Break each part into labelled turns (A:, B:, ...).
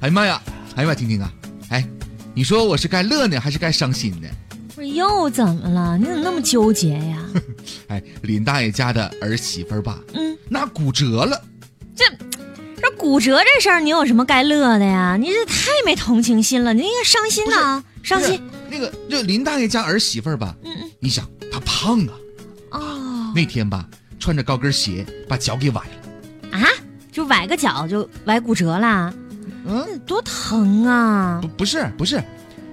A: 哎呀妈呀，哎呀妈，婷婷啊，哎，你说我是该乐呢，还是该伤心呢？
B: 不是又怎么了？你怎么那么纠结 呀？
A: 哎，林大爷家的儿媳妇儿吧，
B: 嗯，
A: 那骨折了，
B: 这骨折这事儿你有什么该乐的呀？你这太没同情心了，你应该伤心呐，伤心。
A: 哎不是。那个，就林大爷家儿媳妇儿吧，
B: 嗯嗯
A: 你想她胖啊，
B: 哦
A: 那天吧穿着高跟鞋把脚给崴了，
B: 啊，就崴个脚就崴骨折啦，
A: 嗯，
B: 多疼啊
A: 不不是不是，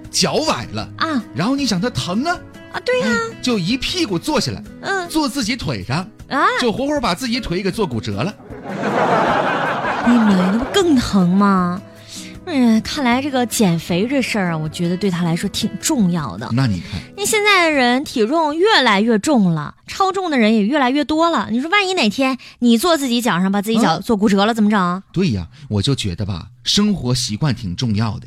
A: 脚崴了，
B: 啊
A: 然后你想她疼啊，
B: 啊！对呀、
A: 哎就一屁股坐下来，
B: 嗯
A: 坐自己腿上，
B: 啊，
A: 就活活把自己腿给坐骨折了。
B: 哎呀妈呀，那不更疼吗？嗯，看来这个减肥这事儿啊，我觉得对他来说挺重要的。
A: 那你看，
B: 那现在的人体重越来越重了，超重的人也越来越多了。你说万一哪天你坐自己脚上把自己脚
A: 嗯
B: 坐骨折了，怎么整啊？
A: 对呀，我就觉得吧，生活习惯挺重要的。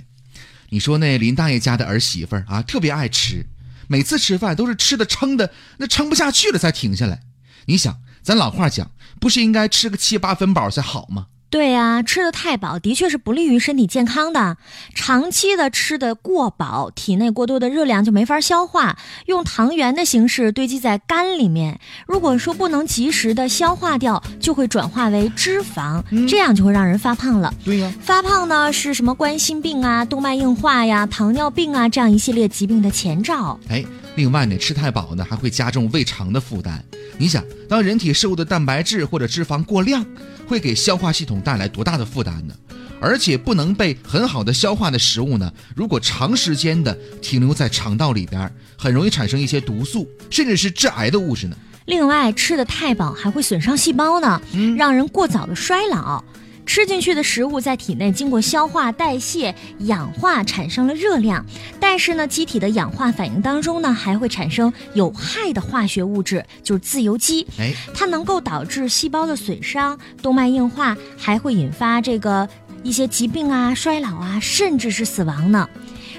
A: 你说那林大爷家的儿媳妇儿啊，特别爱吃，每次吃饭都是吃的撑的，那撑不下去了才停下来。你想，咱老话讲，不是应该吃个七八分饱才好吗？
B: 对呀、吃的太饱的确是不利于身体健康的。长期的吃的过饱，体内过多的热量就没法消化，用糖原的形式堆积在肝里面。如果说不能及时的消化掉，就会转化为脂肪，
A: 嗯
B: 这样就会让人发胖了。
A: 对呀，
B: 发胖呢是什么冠心病啊、动脉硬化呀、糖尿病啊这样一系列疾病的前兆。
A: 哎，另外呢，吃太饱呢还会加重胃肠的负担。你想，当人体摄入的蛋白质或者脂肪过量，会给消化系统带来多大的负担呢？而且不能被很好的消化的食物呢，如果长时间的停留在肠道里边儿，很容易产生一些毒素，甚至是致癌的物质呢。
B: 另外，吃的太饱还会损伤细胞呢，
A: 嗯
B: 让人过早的衰老。吃进去的食物在体内经过消化、代谢、氧化，产生了热量。但是呢，机体的氧化反应当中呢，还会产生有害的化学物质，就是自由基。
A: 哎，
B: 它能够导致细胞的损伤、动脉硬化，还会引发这个一些疾病啊、衰老啊，甚至是死亡呢。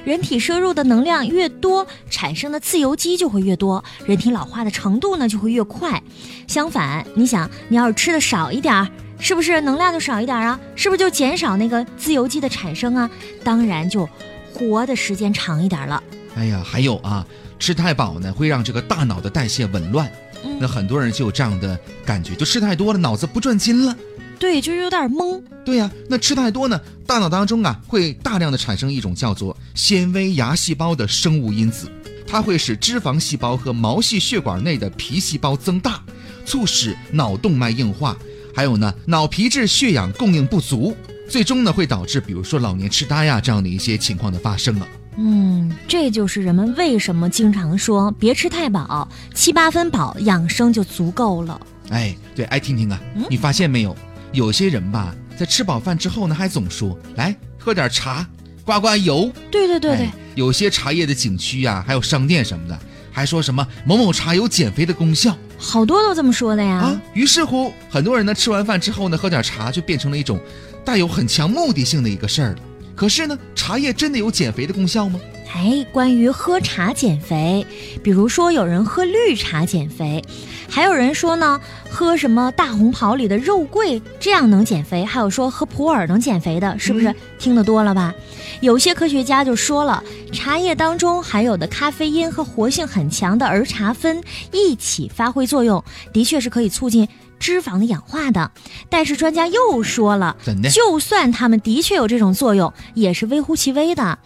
B: 人体摄入的能量越多，产生的自由基就会越多，人体老化的程度呢就会越快。相反，你想，你要是吃的少一点儿，是不是能量就少一点儿啊？是不是就减少那个自由基的产生啊？当然就活的时间长一点儿了。
A: 哎呀，还有啊，吃太饱呢会让这个大脑的代谢紊乱，
B: 嗯
A: 那很多人就有这样的感觉，就吃太多了，脑子不转筋了。
B: 对，就是有点懵。
A: 对呀、那吃太多呢，大脑当中啊会大量的产生一种叫做纤维芽细胞的生物因子，它会使脂肪细胞和毛细血管内的皮细胞增大，促使脑动脉硬化，还有呢脑皮质血氧供应不足，最终呢会导致比如说老年痴呆呀、这样的一些情况的发生啊。
B: 嗯，这就是人们为什么经常说别吃太饱，七八分饱养生就足够了。
A: 哎，对，哎，婷婷啊，
B: 嗯
A: 你发现没有，有些人吧在吃饱饭之后呢还总说来喝点茶，刮刮油。
B: 对对对对，
A: 哎有些茶叶的景区呀、还有商店什么的，还说什么某某茶有减肥的功效
B: 好多都这么说的呀。
A: 啊。于是乎，很多人呢吃完饭之后呢，喝点茶就变成了一种带有很强目的性的一个事儿了。可是呢，茶叶真的有减肥的功效吗？
B: 哎，关于喝茶减肥，比如说有人喝绿茶减肥，还有人说呢喝什么大红袍里的肉桂这样能减肥，还有说喝普洱能减肥的，是不是
A: 嗯
B: 听得多了吧？有些科学家就说了，茶叶当中含有的咖啡因和活性很强的儿茶酚一起发挥作用，的确是可以促进脂肪的氧化的。但是专家又说了，
A: 怎的？
B: 就算他们的确有这种作用，也是微乎其微的。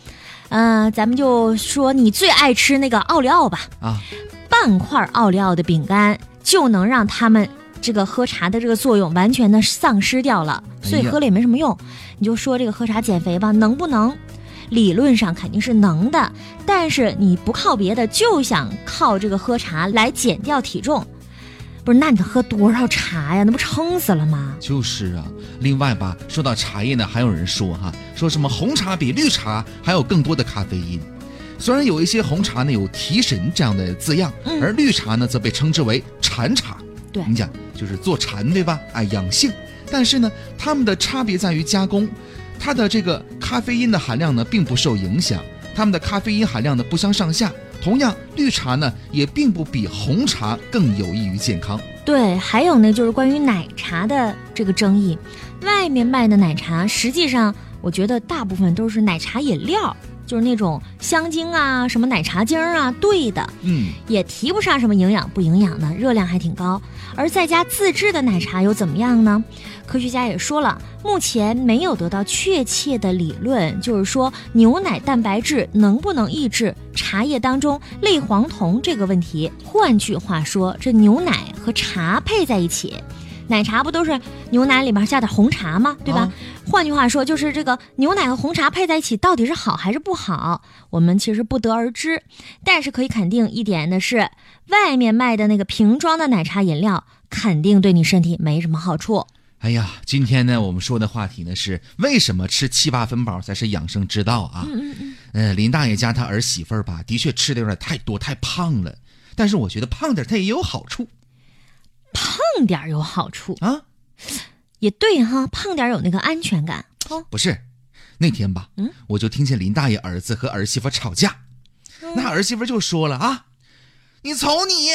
B: 呃，咱们就说你最爱吃那个奥利奥吧，
A: 啊，
B: 半块奥利奥的饼干就能让他们这个喝茶的这个作用完全的丧失掉了，
A: 哎呀
B: 所以喝了也没什么用。你就说这个喝茶减肥吧，能不能？理论上肯定是能的，但是你不靠别的，就想靠这个喝茶来减掉体重，不是？那你得喝多少茶呀？那不撑死了吗？
A: 就是啊。另外吧，说到茶叶呢，还有人说哈、说什么红茶比绿茶还有更多的咖啡因。虽然有一些红茶呢有提神这样的字样，
B: 嗯
A: 而绿茶呢则被称之为禅茶。
B: 对
A: 你讲就是做禅对吧？哎，养性。但是呢，它们的差别在于加工，它的这个咖啡因的含量呢并不受影响，它们的咖啡因含量呢不相上下。同样，绿茶呢也并不比红茶更有益于健康。
B: 对，还有呢，就是关于奶茶的这个争议。外面卖的奶茶，实际上我觉得大部分都是奶茶饮料，就是那种香精啊、什么奶茶精啊兑的，
A: 嗯，
B: 也提不上什么营养不营养的，热量还挺高。而在家自制的奶茶又怎么样呢？科学家也说了，目前没有得到确切的理论，就是说牛奶蛋白质能不能抑制茶叶当中类黄酮这个问题。换句话说，这牛奶和茶配在一起。奶茶不都是牛奶里面下点红茶吗？对吧？
A: 啊
B: 换句话说，就是这个牛奶和红茶配在一起到底是好还是不好，我们其实不得而知。但是可以肯定一点的是，外面卖的那个瓶装的奶茶饮料肯定对你身体没什么好处。
A: 哎呀，今天呢，我们说的话题呢是为什么吃七八分饱才是养生之道啊？嗯嗯嗯。呃，林大爷家他儿媳妇儿吧，的确吃的有点太多，太胖了。但是我觉得胖点儿它也有好处
B: 胖点儿有好处，
A: 啊。
B: 也对哈，胖点儿有那个安全感。哦，
A: 不是，那天吧，
B: 嗯
A: 我就听见林大爷儿子和儿媳妇吵架，
B: 啊
A: 那儿媳妇就说了啊，你瞅你，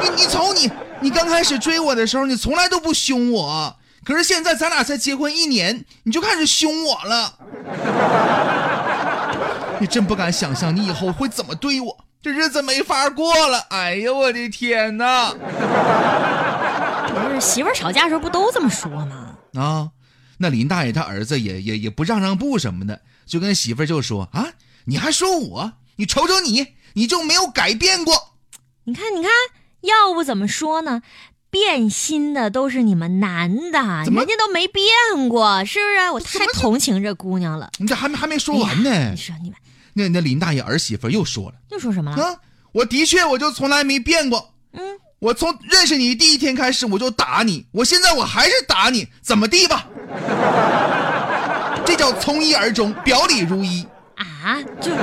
A: 你你瞅你，你刚开始追我的时候，你从来都不凶我，可是现在咱俩才结婚一年，你就开始凶我了，你真不敢想象你以后会怎么对我。这日子没法过了，哎呀，我的天哪！
B: 不是媳妇儿吵架的时候不都这么说吗？
A: 啊，那林大爷他儿子也也也不让让步什么的，就跟媳妇儿就说啊，你还说我，你瞅瞅你，你就没有改变过。
B: 你看，你看，要不怎么说呢？变心的都是你们男的，
A: 怎么
B: 人家都没变过，是不是？我太同情这姑娘了。哎
A: 你这还没还没说完呢，
B: 你说你们
A: 那那林大爷儿媳妇儿又说了
B: 又说什么了？
A: 啊，我的确我就从来没变过，
B: 嗯，
A: 我从认识你第一天开始我就打你，我现在我还是打你，怎么地吧？ 这叫从一而终，表里如一。
B: 啊啊，就这么个